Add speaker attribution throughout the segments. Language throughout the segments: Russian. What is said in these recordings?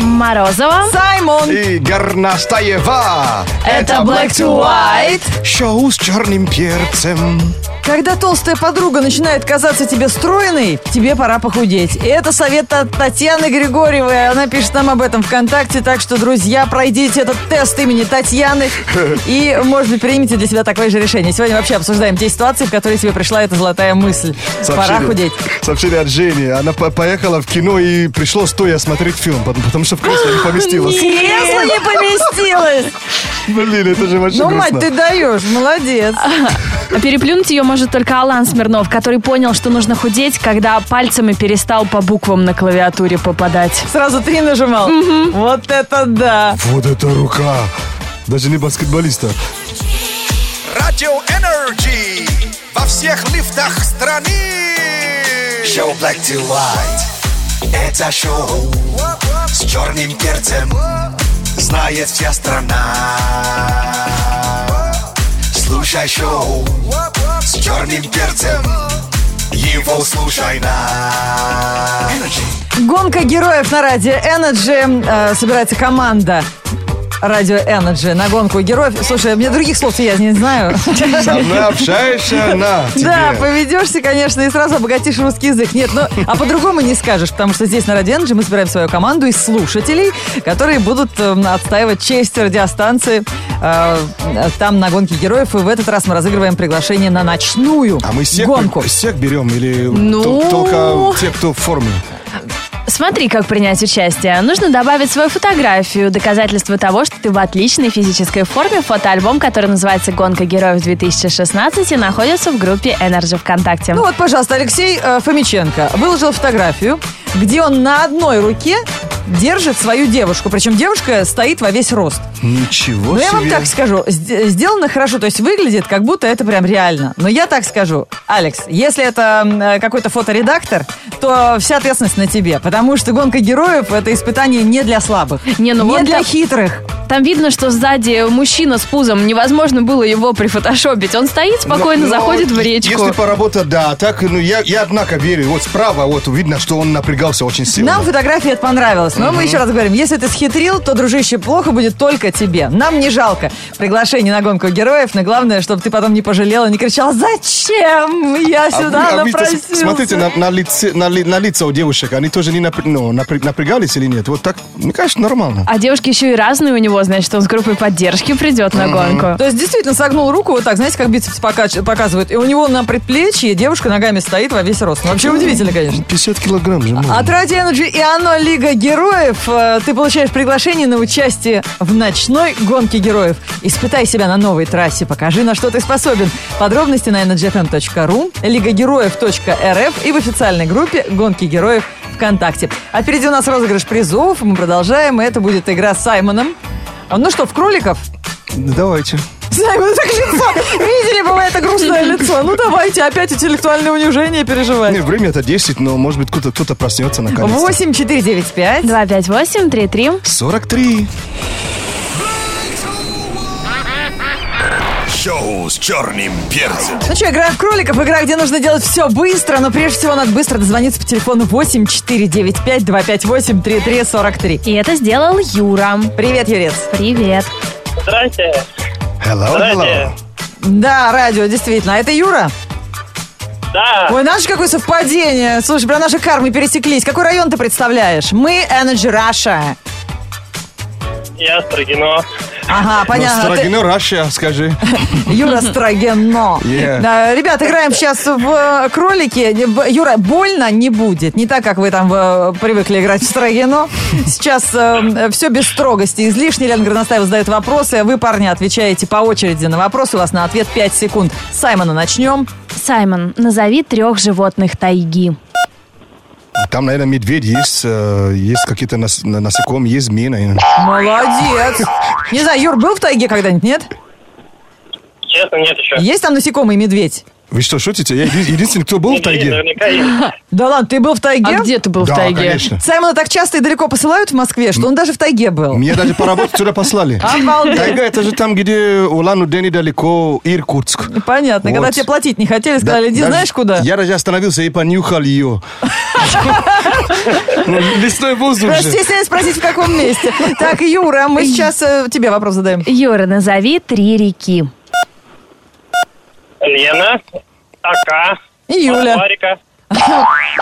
Speaker 1: Морозова.
Speaker 2: Саймон.
Speaker 3: И горностаева.
Speaker 1: Это Black to White.
Speaker 3: Шоу с черным перцем.
Speaker 2: Когда толстая подруга начинает казаться тебе стройной, тебе пора похудеть. И это совет от Татьяны Григорьевой. Она пишет нам об этом ВКонтакте. Так что, друзья, пройдите этот тест имени Татьяны. И, может быть, примите для себя такое же решение. Сегодня вообще обсуждаем те ситуации, в которые тебе пришла эта золотая мысль. Пора
Speaker 3: Сообщили-
Speaker 2: худеть.
Speaker 3: Сообщили от Жени. Она по- поехала в кино и пришлось стоя смотреть фильм, пот- потому что в кресло не поместилась.
Speaker 2: Кресло не поместилось.
Speaker 3: Блин, это же вообще
Speaker 2: Ну, мать, ты
Speaker 3: грустно.
Speaker 2: даешь. Молодец.
Speaker 1: А Переплюнуть ее может только Алан Смирнов, который понял, что нужно худеть, когда пальцами перестал по буквам на клавиатуре попадать.
Speaker 2: Сразу три нажимал. Вот это да.
Speaker 3: Вот это рука. Даже не баскетболиста.
Speaker 4: Радио Энерджи во всех лифтах страны. Шоу Black to White. Это шоу с черным перцем. Знает вся страна. Слушай шоу с черным перцем. Его слушай на Energy.
Speaker 2: Гонка героев на радио Energy. Э, собирается команда радио Energy на гонку героев. Слушай, мне других слов я не знаю.
Speaker 3: Со мной общаешься на тебе.
Speaker 2: Да, поведешься, конечно, и сразу обогатишь русский язык. Нет, ну, а по-другому не скажешь, потому что здесь на Радио Energy мы собираем свою команду из слушателей, которые будут э, отстаивать честь радиостанции э, там на гонке героев. И в этот раз мы разыгрываем приглашение на ночную
Speaker 3: А мы всех,
Speaker 2: гонку.
Speaker 3: всех берем или
Speaker 1: Ну.
Speaker 3: тол- только те, кто в форме?
Speaker 1: Смотри, как принять участие. Нужно добавить свою фотографию, доказательство того, что ты в отличной физической форме. Фотоальбом, который называется «Гонка героев-2016» и находится в группе Energy ВКонтакте.
Speaker 2: Ну вот, пожалуйста, Алексей э, Фомиченко выложил фотографию, где он на одной руке держит свою девушку. Причем девушка стоит во весь рост.
Speaker 3: Ничего
Speaker 2: Ну, я вам
Speaker 3: себе.
Speaker 2: так скажу, сд- сделано хорошо, то есть выглядит, как будто это прям реально. Но я так скажу, Алекс, если это м, э, какой-то фоторедактор, то вся ответственность на тебе, потому что гонка героев — это испытание не для слабых,
Speaker 1: Не, ну
Speaker 2: не
Speaker 1: вон
Speaker 2: для
Speaker 1: там-
Speaker 2: хитрых.
Speaker 1: Там видно, что сзади мужчина с пузом. Невозможно было его прифотошопить. Он стоит спокойно,
Speaker 3: Ну,
Speaker 1: заходит в
Speaker 3: ну,
Speaker 1: речку.
Speaker 3: Если поработать, да, так, ну, я, я однако верю. Вот справа, вот, видно, что он напрягался очень сильно.
Speaker 2: Нам фотография это понравилась, но мы еще раз говорим, если ты схитрил, то, дружище, плохо будет только тебе. Нам не жалко приглашение на гонку героев, но главное, чтобы ты потом не пожалела, не кричала, зачем я
Speaker 3: А вы-
Speaker 2: сюда
Speaker 3: а вы это с-
Speaker 2: напросился?»
Speaker 3: Смотрите на, на лице- на ли- на лица у девушек, они тоже не напря- ну, напря- напрягались или нет? Вот так, ну, конечно, нормально.
Speaker 1: А девушки еще и разные у него, значит, он с группой поддержки придет на гонку.
Speaker 2: То есть действительно согнул руку вот так, знаете, как бицепс покач- показывают. И у него на предплечье девушка ногами стоит во весь рост. Ну, Вообще удивительно, конечно. А,
Speaker 3: 50 килограмм же. можно.
Speaker 2: От Ради Energy и Оно Лига Героев э, ты получаешь приглашение на участие в ночной гонке героев. Испытай себя на новой трассе, покажи, на что ты способен. Подробности на energyfm.ru, лигагероев.рф и в официальной группе «Гонки героев» ВКонтакте. А впереди у нас розыгрыш призов, мы продолжаем, и это будет игра с Саймоном. А, Ну что, в кроликов?
Speaker 3: Давайте.
Speaker 2: Саймон, так лицо. Видели бы вы это грустное лицо? Ну давайте, опять интеллектуальное унижение
Speaker 3: Не,
Speaker 2: переживать.
Speaker 3: время это 10, но, может быть, кто-то кто проснется наконец.
Speaker 2: 8 4 9 5
Speaker 1: 258 33
Speaker 3: 43.
Speaker 4: Шоу с черным перцем.
Speaker 2: Ну что, игра в кроликов, игра, где нужно делать все быстро, но прежде всего надо быстро дозвониться по телефону 8 4 9 5 2 5 8 3 3 43.
Speaker 1: И это сделал Юра.
Speaker 2: Привет, Юрец.
Speaker 1: Привет.
Speaker 5: Здрасте.
Speaker 3: Hello, hello.
Speaker 5: Здрасте.
Speaker 2: Да, радио, действительно. А это Юра?
Speaker 5: Да,
Speaker 2: Ой, наш какое совпадение. Слушай, про наши кармы пересеклись. Какой район ты представляешь? Мы Energy Russia.
Speaker 5: я Строгино.
Speaker 2: Ага, понятно. а Ты-
Speaker 3: Строгино, Раша, скажи.
Speaker 2: Юра Строгино.
Speaker 3: Yeah.
Speaker 2: Да, ребят, играем сейчас в э, кролики. В- Юра, больно не будет. Не так, как вы там э, привыкли играть в Строгино. Сейчас все без строгости. Излишне Лен Горностаева задает вопросы. а Вы, парни, отвечаете по очереди на вопрос. У вас на ответ 5 секунд. С Саймона начнем.
Speaker 1: Саймон, назови трех животных тайги.
Speaker 3: Там, наверное, медведь есть, э, есть какие-то нас- на- насекомые, есть змеи,
Speaker 2: Молодец. Не знаю, Юр, был в тайге когда-нибудь, нет?
Speaker 5: Честно, нет еще.
Speaker 2: Есть там насекомый медведь?
Speaker 3: Вы что, шутите? Я еди- единственный, кто был в тайге.
Speaker 5: Наверняка есть.
Speaker 2: Да ладно, ты был в тайге?
Speaker 1: А где ты был
Speaker 3: Да,
Speaker 1: в тайге?
Speaker 3: конечно.
Speaker 2: Саймона так часто и далеко посылают в Москве, что он даже в тайге был.
Speaker 3: Меня даже по работе туда послали.
Speaker 2: Обалдеть.
Speaker 3: Тайга, это же там, где улан удэ недалеко, Иркутск.
Speaker 2: Понятно, когда
Speaker 3: Вот.
Speaker 2: тебе платить не хотели, сказали,
Speaker 3: Да,
Speaker 2: иди
Speaker 3: даже-
Speaker 2: знаешь куда?
Speaker 3: Я даже остановился и понюхал ее. Ну, Лесной воздух же.
Speaker 2: Прости, если я спросить, в каком месте. Так, Юра, мы сейчас э, тебе вопрос задаем.
Speaker 1: Юра, назови три реки.
Speaker 5: Лена, Ака,
Speaker 2: И Юля.
Speaker 5: Марика.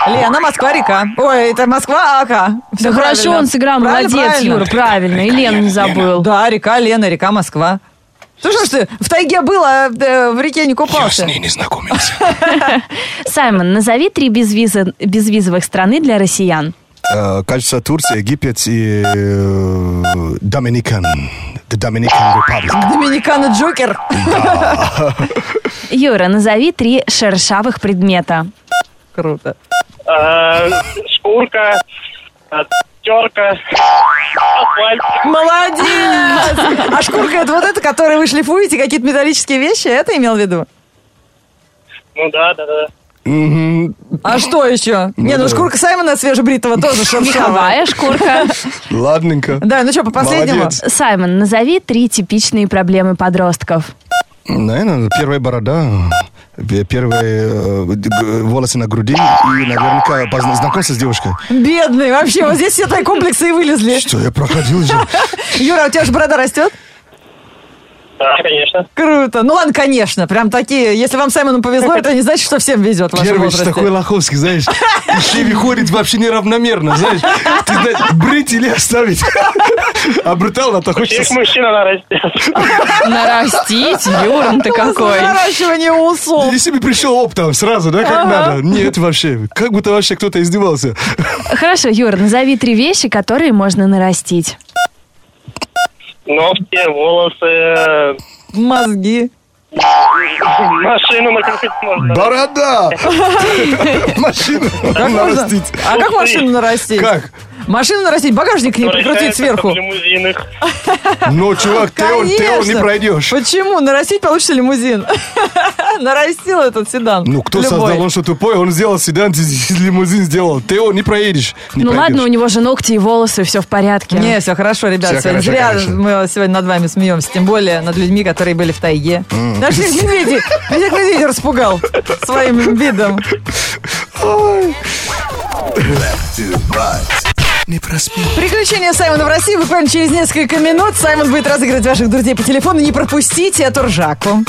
Speaker 2: Лена, Москва-река. Ой, это а, Москва-Ака. Все
Speaker 1: Да хорошо, он сыграл, молодец, Юра, правильно. И Лену не забыл.
Speaker 2: Да, река Лена, река Москва. Слушай, что ж ты в тайге был, а э, в реке не
Speaker 4: Я с
Speaker 2: купался?
Speaker 4: ней не знакомился.
Speaker 1: Саймон, назови три безвиза- безвизовых страны для россиян.
Speaker 3: Э, Кажется, Турция, Египет и э, Доминикан. The Dominican Republic.
Speaker 2: Доминикана Джокер.
Speaker 1: Юра, назови три шершавых предмета.
Speaker 2: Круто.
Speaker 5: э, Шкурка, э, терка, асфальт.
Speaker 2: Молодец! А шкурка это вот это, которое вы шлифуете, какие-то металлические вещи, это имел в виду?
Speaker 5: Ну да, да, да.
Speaker 3: Мгм.
Speaker 2: А что еще? Не, ну шкурка Саймона свежебритого тоже шершавая.
Speaker 1: Меховая шкурка.
Speaker 3: Ладненько.
Speaker 2: Да, ну что, по последнему?
Speaker 3: Молодец.
Speaker 1: Саймон, назови три типичные проблемы подростков.
Speaker 3: Наверное, первая борода, пе- первые э, г- г- волосы на груди и наверняка позна- знакомься с девушкой.
Speaker 2: Бедный, вообще, вот здесь все твои комплексы и вылезли.
Speaker 3: Что, я проходил же?
Speaker 2: Юра, у тебя же борода растет?
Speaker 5: Да, конечно.
Speaker 2: Круто. Ну ладно, конечно, прям такие. Если вам Саймону повезло, это не значит, что всем везет в вашем
Speaker 3: Первый же
Speaker 2: возрасте.
Speaker 3: такой Лоховский, знаешь, еще выходит вообще неравномерно, знаешь. Ты знаешь, брить или оставить. А брутально-то
Speaker 5: Всех
Speaker 3: хочется...
Speaker 5: мужчин она растет.
Speaker 1: Нарастить, Юра, ты какой.
Speaker 2: Наращивание Ну, усов.
Speaker 3: Если бы пришел оптом сразу, да, как надо. Нет, вообще. Как будто вообще кто-то издевался.
Speaker 1: Хорошо, Юра, назови три вещи, которые можно нарастить.
Speaker 5: Ногти, волосы, э,
Speaker 2: Мозги.
Speaker 5: машину накрутить можно.
Speaker 3: Борода! Машину
Speaker 2: Как можно?
Speaker 3: нарастить.
Speaker 2: А как машину нарастить?
Speaker 3: Как?
Speaker 2: Машину нарастить, багажник к ней прикрутить сверху.
Speaker 5: В лимузинах.
Speaker 3: Ну, чувак, ты он ты он не
Speaker 2: Конечно.
Speaker 3: пройдешь.
Speaker 2: Почему? Нарастить получится лимузин. Нарастил этот седан.
Speaker 3: Ну, кто
Speaker 2: Любой.
Speaker 3: создал, он что тупой, он сделал седан, лимузин сделал. Ты его не проедешь. не
Speaker 1: Ну ладно, у
Speaker 3: пройдешь.
Speaker 1: него же ногти и волосы, все в порядке.
Speaker 2: Не, все хорошо, ребят.
Speaker 3: Всё
Speaker 2: сегодня
Speaker 3: хорошо,
Speaker 2: Зря
Speaker 3: конечно.
Speaker 2: мы сегодня над вами смеемся, тем более над людьми, которые были в тайге. Даже медведи. Меня как медведь распугал своим видом.
Speaker 4: Не проспи.
Speaker 2: Приключения Саймона в России буквально через несколько минут. Саймон будет разыгрывать ваших друзей по телефону. Не пропустите эту ржаку.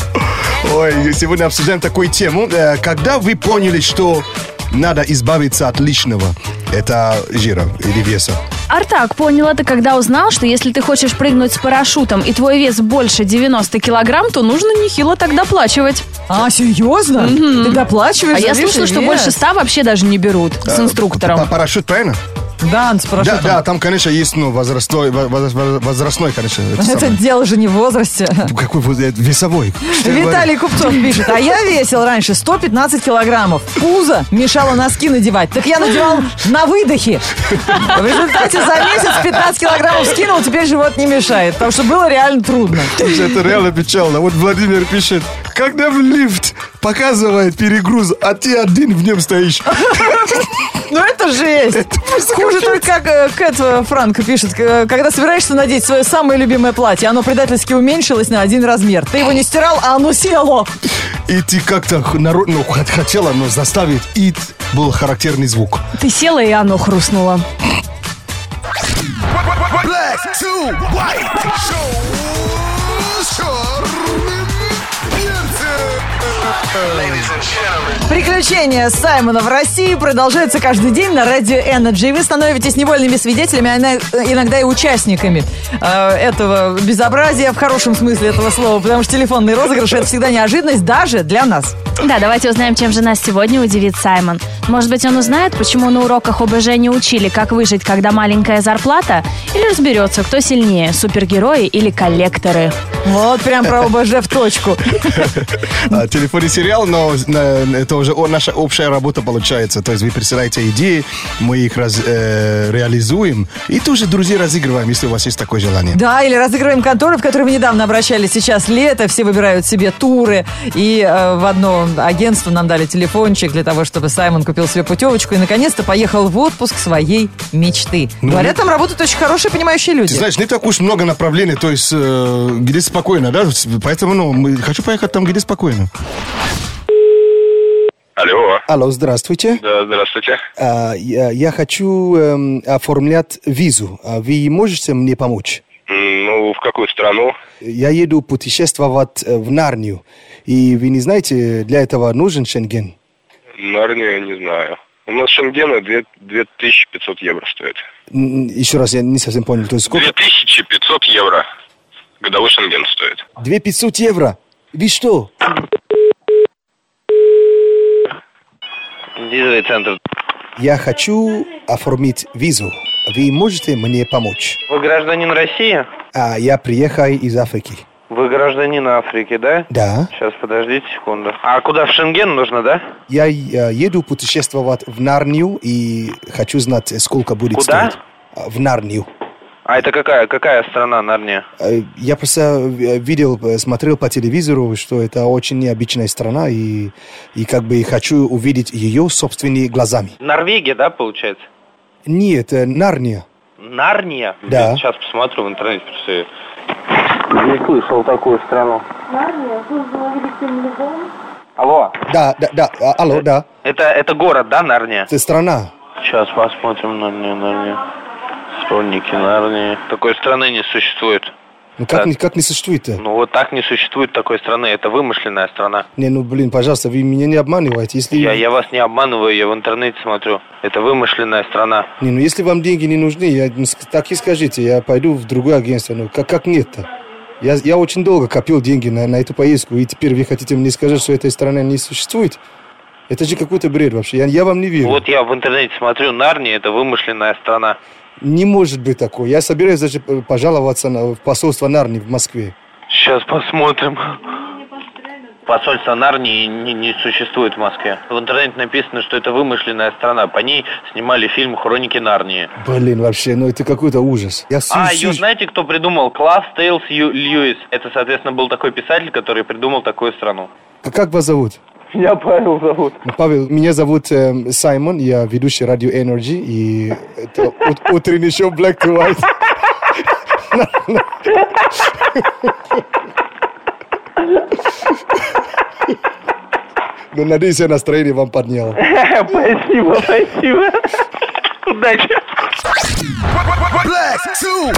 Speaker 3: Ой, сегодня обсуждаем такую тему. Э, Когда вы поняли, что надо избавиться от лишнего, это жира или веса.
Speaker 1: Артак понял это, когда узнал, что если ты хочешь прыгнуть с парашютом и твой вес больше 90 килограмм, то нужно нехило так доплачивать.
Speaker 2: А, серьезно? Ты доплачиваешь?
Speaker 1: А я
Speaker 2: за лишний
Speaker 1: слышала, что
Speaker 2: вес?
Speaker 1: больше 100 вообще даже не берут с
Speaker 3: Па-
Speaker 1: инструктором.
Speaker 3: Парашют, правильно?
Speaker 2: Да, спрошу.
Speaker 3: Да, да, там, конечно, есть, ну, возрастой, во- во- возрастной, конечно. это
Speaker 2: Это
Speaker 3: самое.
Speaker 2: дело же не в возрасте.
Speaker 3: Какой воз- э, весовой? Что я
Speaker 2: Виталий
Speaker 3: говорю?
Speaker 2: Купцов пишет, а я весил раньше 115 килограммов. Пузо мешало носки надевать. Так я надевал на выдохе. В результате за месяц 15 килограммов скинул, теперь живот не мешает. Потому что было реально трудно.
Speaker 3: Слушай, Это реально печально. Вот Владимир пишет, когда в лифт показывает перегруз, а ты один в нем стоишь.
Speaker 2: Ну это жесть. Хуже только, как э, Кэт э, Франко пишет, э, когда собираешься надеть свое самое любимое платье, оно предательски уменьшилось на один размер. Ты его не стирал, а оно село.
Speaker 3: И ты как-то х- народ, ну, хот- хотела, но заставить. И т- был характерный звук.
Speaker 1: Ты села, и оно хрустнуло.
Speaker 4: Black to white. Шоу с черным перцем. Ladies and gentlemen.
Speaker 2: Приключения Саймона в России продолжаются каждый день на радио Energy. И Вы становитесь невольными свидетелями, а ино- иногда и участниками э, этого безобразия в хорошем смысле этого слова, потому что телефонный розыгрыш это всегда неожиданность даже для нас.
Speaker 1: Да, давайте узнаем, чем же нас сегодня удивит Саймон. Может быть, он узнает, почему на уроках ОБЖ не учили, как выжить, когда маленькая зарплата, или разберется, кто сильнее, супергерои или коллекторы.
Speaker 2: Вот прям про ОБЖ в точку.
Speaker 3: А, телефон 7
Speaker 4: материал, но э, это уже о- наша общая работа получается. То есть вы присылаете идеи, мы их раз- э, реализуем, и тоже друзей разыгрываем, если у вас есть такое желание.
Speaker 2: Да, или разыгрываем конторы, в которые вы недавно обращались. Сейчас лето, все выбирают себе туры. И э, в одно агентство нам дали телефончик для того, чтобы Саймон купил себе путевочку и наконец-то поехал в отпуск своей мечты.
Speaker 4: Ну,
Speaker 2: Говорят,
Speaker 4: ну-
Speaker 2: там работают очень хорошие, понимающие
Speaker 4: Ты
Speaker 2: люди.
Speaker 4: знаешь, не так уж много направлений, то есть э, где спокойно, да? Поэтому, ну, мы, хочу поехать там, где спокойно.
Speaker 5: Алло.
Speaker 3: Алло, здравствуйте.
Speaker 5: Да, здравствуйте.
Speaker 3: А, Я, я хочу эм, оформлять визу. А Вы можете мне помочь?
Speaker 5: М, Ну, в какую страну?
Speaker 3: Я еду путешествовать э, в Нарнию. И вы не знаете, для этого нужен шенген?
Speaker 5: Нарнию не знаю. У нас Шенгена две- 2500 евро стоит.
Speaker 3: М, Еще раз, я не совсем понял. То есть сколько?
Speaker 5: 2500 евро. Годовой Шенген стоит.
Speaker 3: 2500 евро. Вы что?
Speaker 5: Визовый центр.
Speaker 3: Я хочу оформить визу. Вы можете мне помочь?
Speaker 5: Вы гражданин России?
Speaker 3: А я приехал из Африки.
Speaker 5: Вы гражданин Африки, да?
Speaker 3: Да.
Speaker 5: Сейчас, подождите секунду. А куда в Шенген нужно, да?
Speaker 3: Я э, еду путешествовать в Нарнию и хочу знать, э, сколько будет
Speaker 5: Куда?
Speaker 3: стоить. А, В Нарнию.
Speaker 5: А это какая, какая страна Нарния?
Speaker 3: Э, Я просто э, видел, э, смотрел по телевизору, что это очень необычная страна, и, и как бы хочу увидеть ее собственными глазами.
Speaker 5: Норвегия, да, получается?
Speaker 3: Нет, э, Нарния.
Speaker 5: Нарния?
Speaker 3: Да.
Speaker 5: Я сейчас посмотрю в интернете. Просто... Не слышал такую страну.
Speaker 6: Нарния служила великим львом.
Speaker 5: Алло. Э.
Speaker 3: Да, да, да, а, алло, да.
Speaker 5: Это, это город, да, Нарния?
Speaker 3: Это страна.
Speaker 5: Сейчас посмотрим Нарния, Нарния. Хроники Нарнии. Такой страны не существует.
Speaker 3: Ну как,
Speaker 5: Да.
Speaker 3: не- как не существует? э?
Speaker 5: Ну вот так не существует такой страны. Это вымышленная страна.
Speaker 3: Не, ну блин, пожалуйста, вы меня не обманываете. Если,
Speaker 5: Я, я вас не обманываю, я в интернете смотрю. Это вымышленная страна.
Speaker 3: Не, ну если вам деньги не нужны, я, ну, ск- так и скажите, я пойду в другое агентство. Ну как, как нет-то? Я, я очень долго копил деньги на, на эту поездку, и теперь вы хотите мне сказать, что этой страны не существует? Это же какой-то бред вообще. Я, я вам не верю.
Speaker 5: Вот я в интернете смотрю, Нарния это вымышленная страна.
Speaker 3: Не может быть такого. Я собираюсь даже э, пожаловаться на, в посольство Нарни в Москве.
Speaker 5: Сейчас посмотрим. Посольство Нарнии не, не существует в Москве. В интернете написано, что это вымышленная страна. По ней снимали фильм «Хроники Нарнии».
Speaker 3: Блин, вообще, ну это какой-то ужас. Я всю-
Speaker 5: А,
Speaker 3: всю-
Speaker 5: ее знаете, кто придумал? Класс Тейлс Ю- Льюис. Это, соответственно, был такой писатель, который придумал такую страну.
Speaker 3: А Как вас зовут?
Speaker 5: Меня Павел зовут.
Speaker 3: Ну, Павел, меня зовут эм, Саймон, я ведущий радио Energy, и это ут- утренний шоу Black to White. Ну, надеюсь, я настроение вам поднял.
Speaker 5: Спасибо, спасибо. Удачи.
Speaker 7: Black to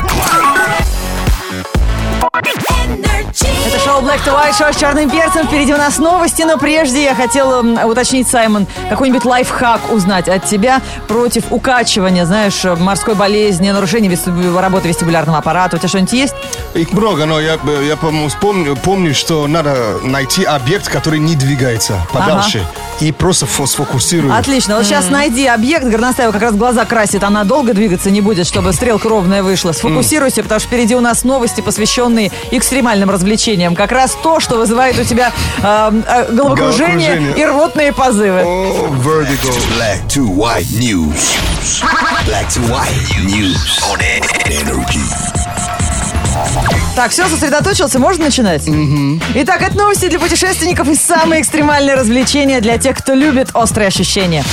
Speaker 2: Это шоу Black to White, шоу с черным перцем. Впереди у нас новости, но прежде я хотела м, уточнить, Саймон, какой-нибудь лайфхак узнать от тебя против укачивания, знаешь, морской болезни, нарушения вестибу- работы вестибулярного аппарата. У тебя что-нибудь есть?
Speaker 4: Их много, но я, э, я по-моему, вспомню- помню, что надо найти объект, который не двигается подальше. И просто фо- сфокусируем.
Speaker 2: Отлично. Вот сейчас найди объект. Горностаева как раз глаза красит. Она долго двигаться не будет, чтобы стрелка ровная вышла. Сфокусируйся, потому что впереди у нас новости, посвященные экстремальным развлечениям. Как раз то, что вызывает у тебя эм, э, головокружение
Speaker 4: Головокружение.
Speaker 2: и рвотные позывы.
Speaker 4: О, vertigo.
Speaker 7: black to white news. Black to white news on energy.
Speaker 2: Так, все, сосредоточился, можно начинать? Итак, это новости для путешественников и самые экстремальные развлечения для тех, кто любит острые ощущения.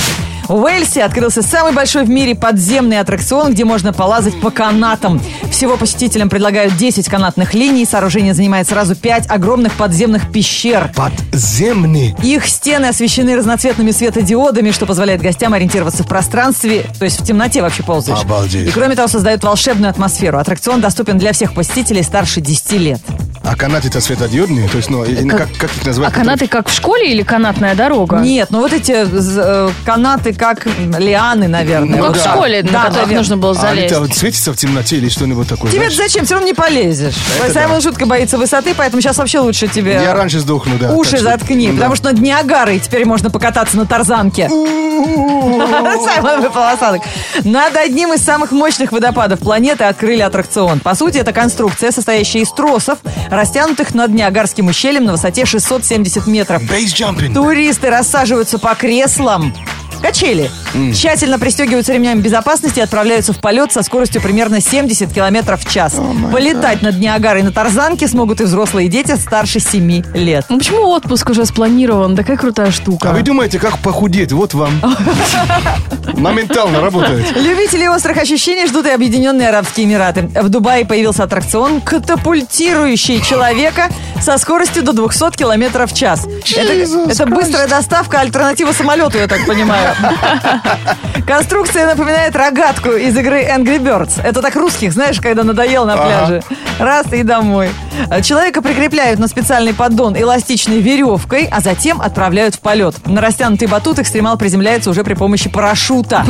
Speaker 2: В Уэльсе открылся самый большой в мире подземный аттракцион, где можно полазать по канатам. Всего посетителям предлагают 10 канатных линий. Сооружение занимает сразу 5 огромных подземных пещер.
Speaker 4: Подземный.
Speaker 2: Их стены освещены разноцветными светодиодами, что позволяет гостям ориентироваться в пространстве, то есть в темноте вообще ползаешь.
Speaker 4: Обалдеть.
Speaker 2: И кроме того, создают волшебную атмосферу. Аттракцион доступен для всех посетителей старше 10 лет.
Speaker 4: А канаты это светодиодные? То есть, ну, и- и как, как их
Speaker 1: А
Speaker 4: назвать?
Speaker 1: канаты как в школе или канатная дорога?
Speaker 2: Нет, ну вот эти з- э, канаты, как м, лианы, наверное.
Speaker 1: Ну, как
Speaker 2: Вот
Speaker 1: в
Speaker 2: так.
Speaker 1: школе,
Speaker 2: Да,
Speaker 1: на которых
Speaker 2: верно.
Speaker 1: нужно было
Speaker 4: А они
Speaker 1: залезть.
Speaker 4: там светятся в темноте или что-нибудь такое?
Speaker 2: Тебе
Speaker 4: знаешь?
Speaker 2: зачем? Все равно не полезешь.
Speaker 4: это
Speaker 2: Саймон жутко боится высоты, поэтому сейчас вообще лучше тебе
Speaker 4: Я раньше сдохну, да.
Speaker 2: уши
Speaker 4: так что-
Speaker 2: заткни,
Speaker 4: Да.
Speaker 2: потому что над Ниагарой теперь можно покататься на тарзанке. Саймон выпал осадок. Над одним из самых мощных водопадов планеты открыли аттракцион. По сути, это конструкция, состоящая из тросов, растянутых над Ниагарским ущельем на высоте 670 метров.
Speaker 3: Бейсджампинг.
Speaker 2: Туристы рассаживаются по креслам. Качели. Тщательно пристегиваются ремнями безопасности и отправляются в полет со скоростью примерно 70 километров в час. Полетать над Ниагарой на тарзанке смогут и взрослые дети старше 7 лет.
Speaker 1: Ну почему отпуск уже спланирован? Такая крутая штука.
Speaker 3: А вы думаете, как похудеть? Вот вам. Моментально работает.
Speaker 2: Любители острых ощущений ждут и Объединенные Арабские Эмираты. В Дубае появился аттракцион, катапультирующий человека со скоростью до 200 километров в час. Это, это быстрая доставка, альтернатива самолету, я так понимаю. Конструкция напоминает рогатку из игры Angry Birds. Это так русских, знаешь, когда надоел на пляже. Раз и домой. А Человека прикрепляют на специальный поддон эластичной веревкой, а затем отправляют в полет. На растянутый батут экстремал приземляется уже при помощи парашюта.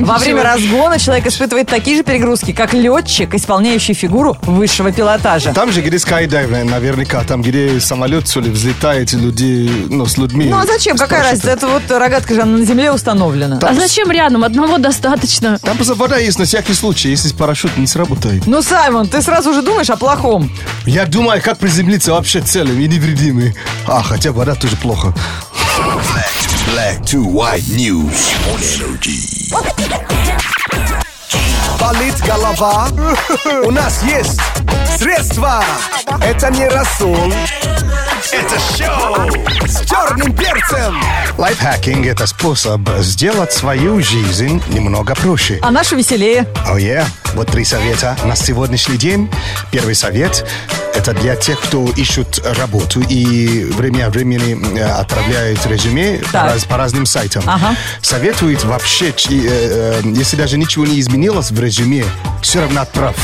Speaker 2: Во время разгона человек испытывает такие же перегрузки, как летчик, исполняющий фигуру высшего пилотажа.
Speaker 3: Там же, где скайдайв, наверняка, там, где самолет, что ли, взлетает, и люди, ну, с людьми.
Speaker 2: Ну а зачем? Какая разница? Это вот рогатка же она на земле установлена.
Speaker 1: А зачем рядом? Одного достаточно.
Speaker 3: Там просто вода есть на всякий случай, если парашют не сработает.
Speaker 2: Ну, Саймон, ты сразу же думаешь о плохом.
Speaker 3: Я думаю, как приземлиться вообще целым и невредимым. А, хотя вода тоже плохо.
Speaker 4: Black to, black to white news on energy. Болит голова. У нас есть средства. Это не рассол. Это шоу с черным перцем.
Speaker 3: Лайфхакинг – это способ сделать свою жизнь немного проще.
Speaker 2: А нашу веселее.
Speaker 3: Oh yeah. Вот три совета на сегодняшний день. Первый совет – это для тех, кто ищут работу и время от времени э, отправляют резюме по
Speaker 2: Так.
Speaker 3: раз- по разным сайтам.
Speaker 2: Ага.
Speaker 3: Советует вообще, чи- э, э, если даже ничего не изменилось в резюме, все равно отправ.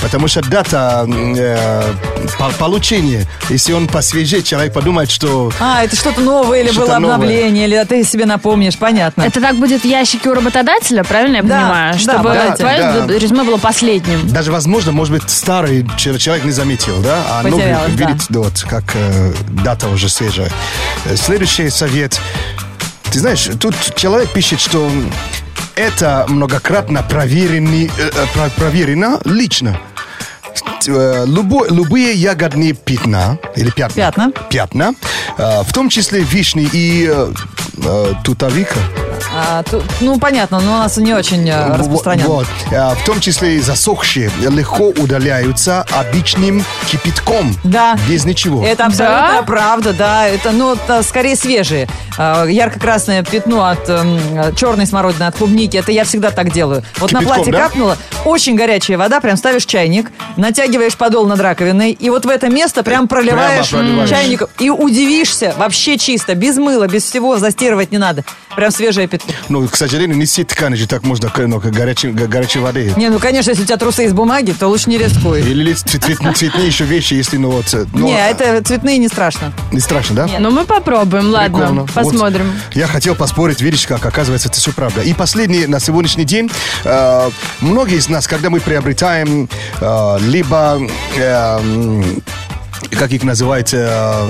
Speaker 3: Потому что дата э, по- получения, если он посвежее, человек подумает, что
Speaker 2: А, это что-то новое, или
Speaker 3: Что-то
Speaker 2: было
Speaker 3: новое.
Speaker 2: обновление, или ты себе напомнишь, понятно.
Speaker 1: Это так будет в ящике у работодателя, правильно я
Speaker 2: Да,
Speaker 1: понимаю?
Speaker 2: да,
Speaker 1: Чтобы
Speaker 2: да,
Speaker 1: твое
Speaker 3: да.
Speaker 1: д- резюме было последним.
Speaker 3: Даже, возможно, может быть, старый чел- человек не заметил, да? А новый
Speaker 2: Потерялось, да.
Speaker 3: видит, да, вот, как э, дата уже свежая. Э, Следующий совет. Ты знаешь, тут человек пишет, что это многократно проверенный, э, э, про- проверено лично. Т- э, любо- любые ягодные пятна, или пятна,
Speaker 2: Пятна.
Speaker 3: пятна, э, в том числе вишни и э, э, тутовика.
Speaker 2: А, ту- ну, понятно, но у нас не очень э, распространен.
Speaker 3: Вот. А, В том числе и засохшие легко удаляются обычным кипятком.
Speaker 2: Да.
Speaker 3: Без ничего.
Speaker 2: Это абсолютно правда, да. Это, ну, это скорее свежие. А, Ярко-красное пятно от эм, черной смородины, от клубники. Это я всегда так делаю. Вот на
Speaker 3: Кипятком,
Speaker 2: платье
Speaker 3: да?
Speaker 2: капнула, очень горячая вода, прям ставишь чайник, натягиваешь подол над раковиной, и вот в это место прям проливаешь,
Speaker 3: проливаешь.
Speaker 2: чайником. И удивишься, вообще чисто, без мыла, без всего, застирывать не надо. Прям свежее пятно.
Speaker 3: Ну, к сожалению, не все ткани же так можно, к- ну, к горячей, г- горячей воды.
Speaker 2: Не, ну, конечно, если у тебя трусы из бумаги, то лучше не рискуй.
Speaker 3: Или ли- цвет- цвет- цветные еще вещи, если, ну, вот... э, ну,
Speaker 2: Не, это цветные не страшно.
Speaker 3: Не страшно, да?
Speaker 1: Ну, мы попробуем,
Speaker 3: Прикольно.
Speaker 1: ладно.
Speaker 3: Вот.
Speaker 1: Посмотрим.
Speaker 3: Я хотел поспорить, видишь, как оказывается, это все правда. И последний на сегодняшний день. э, многие из нас, когда мы приобретаем э, либо, э, м, как их называют, э,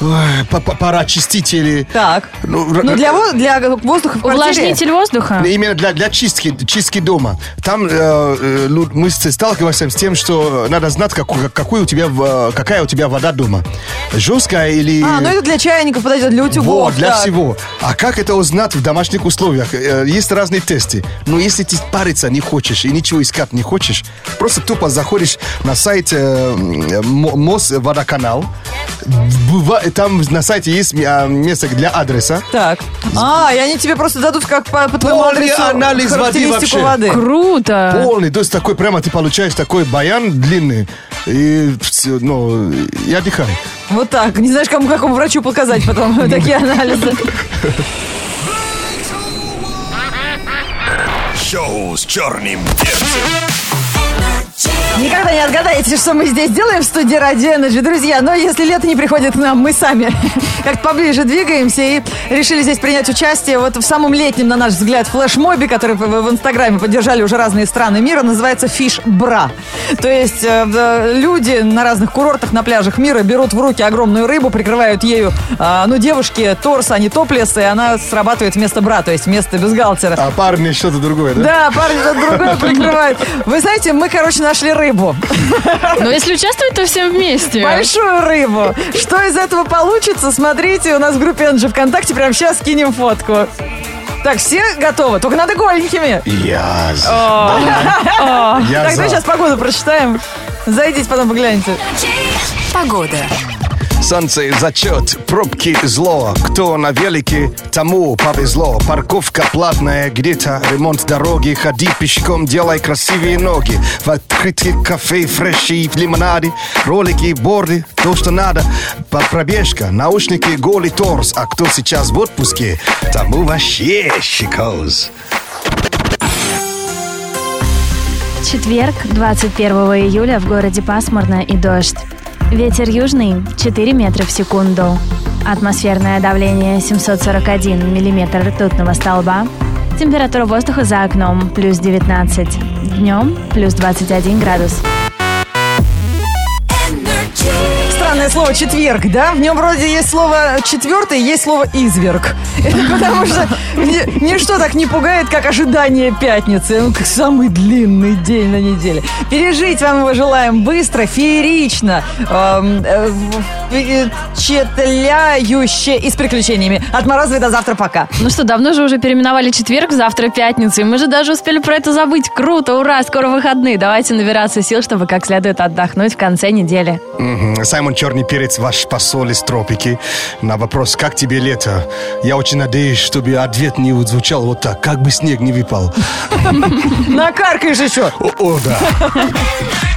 Speaker 3: ой, па- па- пароочистители.
Speaker 2: Так.
Speaker 3: Ну,
Speaker 2: Ну,
Speaker 3: р-
Speaker 2: для, во- для воздуха в квартире.
Speaker 1: Увлажнитель воздуха?
Speaker 3: Именно для, для чистки, чистки дома. Там э, э, лю- мы с- сталкиваемся с тем, что надо знать, какую, какую у тебя, в- э, какая у тебя вода дома. Жесткая или...
Speaker 2: А, ну это для чайников подойдет, для утюгов.
Speaker 3: Вот, для
Speaker 2: так.
Speaker 3: всего. А как это узнать в домашних условиях? Э, Есть разные тесты. Но если ты париться не хочешь и ничего искать не хочешь, просто тупо заходишь на сайт э, м, Мо- Мосводоканал. Быва- Там на сайте есть а, место для адреса.
Speaker 2: Так. А, и они тебе просто дадут как по, по твоему
Speaker 3: Полный
Speaker 2: адресу
Speaker 3: анализ воды
Speaker 2: характеристику
Speaker 3: вообще.
Speaker 2: воды.
Speaker 1: Круто!
Speaker 3: Полный, то есть такой прямо ты получаешь такой баян длинный. И, всё, ну, и отдыхай.
Speaker 2: Вот так. Не знаешь, кому какому врачу показать потом такие анализы.
Speaker 4: Шоу с черным перцем.
Speaker 2: Никогда не отгадаете, что мы здесь делаем в студии Радио Energy, друзья. Но если лето не приходит к нам, мы сами как-то поближе двигаемся и решили здесь принять участие вот в самом летнем, на наш взгляд, флешмобе, который в, в Инстаграме поддержали уже разные страны мира, называется фиш-бра. То есть э, э, люди на разных курортах, на пляжах мира берут в руки огромную рыбу, прикрывают ею, э, ну, девушки, торс, они топлес, и она срабатывает вместо бра, то есть вместо бюстгальтера.
Speaker 3: А парни что-то другое,
Speaker 2: Да,
Speaker 3: да?
Speaker 2: парни тут другое прикрывают. Вы знаете, мы, короче, нашли рыбу.
Speaker 1: Но если участвовать, то все вместе.
Speaker 3: Э.
Speaker 2: Большую рыбу. Что из этого получится, смотрите, у нас в группе Энджи ВКонтакте. Прямо сейчас скинем фотку. Так, все готовы? Только надо голенькими. А,
Speaker 3: Я за. Я
Speaker 2: Тогда
Speaker 3: за.
Speaker 2: сейчас погоду прочитаем. Зайдите, потом погляните.
Speaker 8: Погода.
Speaker 3: Солнце зачет, пробки зло. Кто на велике, тому повезло. Парковка платная где-то, ремонт дороги. Ходи пешком, делай красивые ноги. В открытых кафе, фреши и в лимонаде. Ролики, борды, то, что надо. По- Пробежка, наушники, голый торс. А кто сейчас в отпуске, тому вообще щекоз.
Speaker 1: Четверг, 21 июля в городе пасмурно и дождь. Ветер южный 4 метра в секунду. Атмосферное давление 741 миллиметр ртутного столба. Температура воздуха за окном плюс 19. Днем плюс 21 градус.
Speaker 2: Странное слово четверг, да? В нем вроде есть слово четвертое, есть слово изверг. Потому что ни- ничто так не пугает, как ожидание пятницы. Ну, как самый длинный день на неделе. Пережить вам его желаем быстро, феерично, эм, э, в- э, впечатляюще и с приключениями. От Морозова и до завтра пока.
Speaker 1: Ну что, давно же уже переименовали четверг, завтра пятница. И мы же даже успели про это забыть. Круто, ура, скоро выходные. Давайте набираться сил, чтобы как следует отдохнуть в конце недели.
Speaker 3: Мгм. Саймон Черный Перец, ваш посол из тропики. На вопрос, как тебе лето? Я очень надеюсь, чтобы ответ не звучал вот так, как бы снег не выпал.
Speaker 2: Накаркаешь еще.
Speaker 3: О, о, да.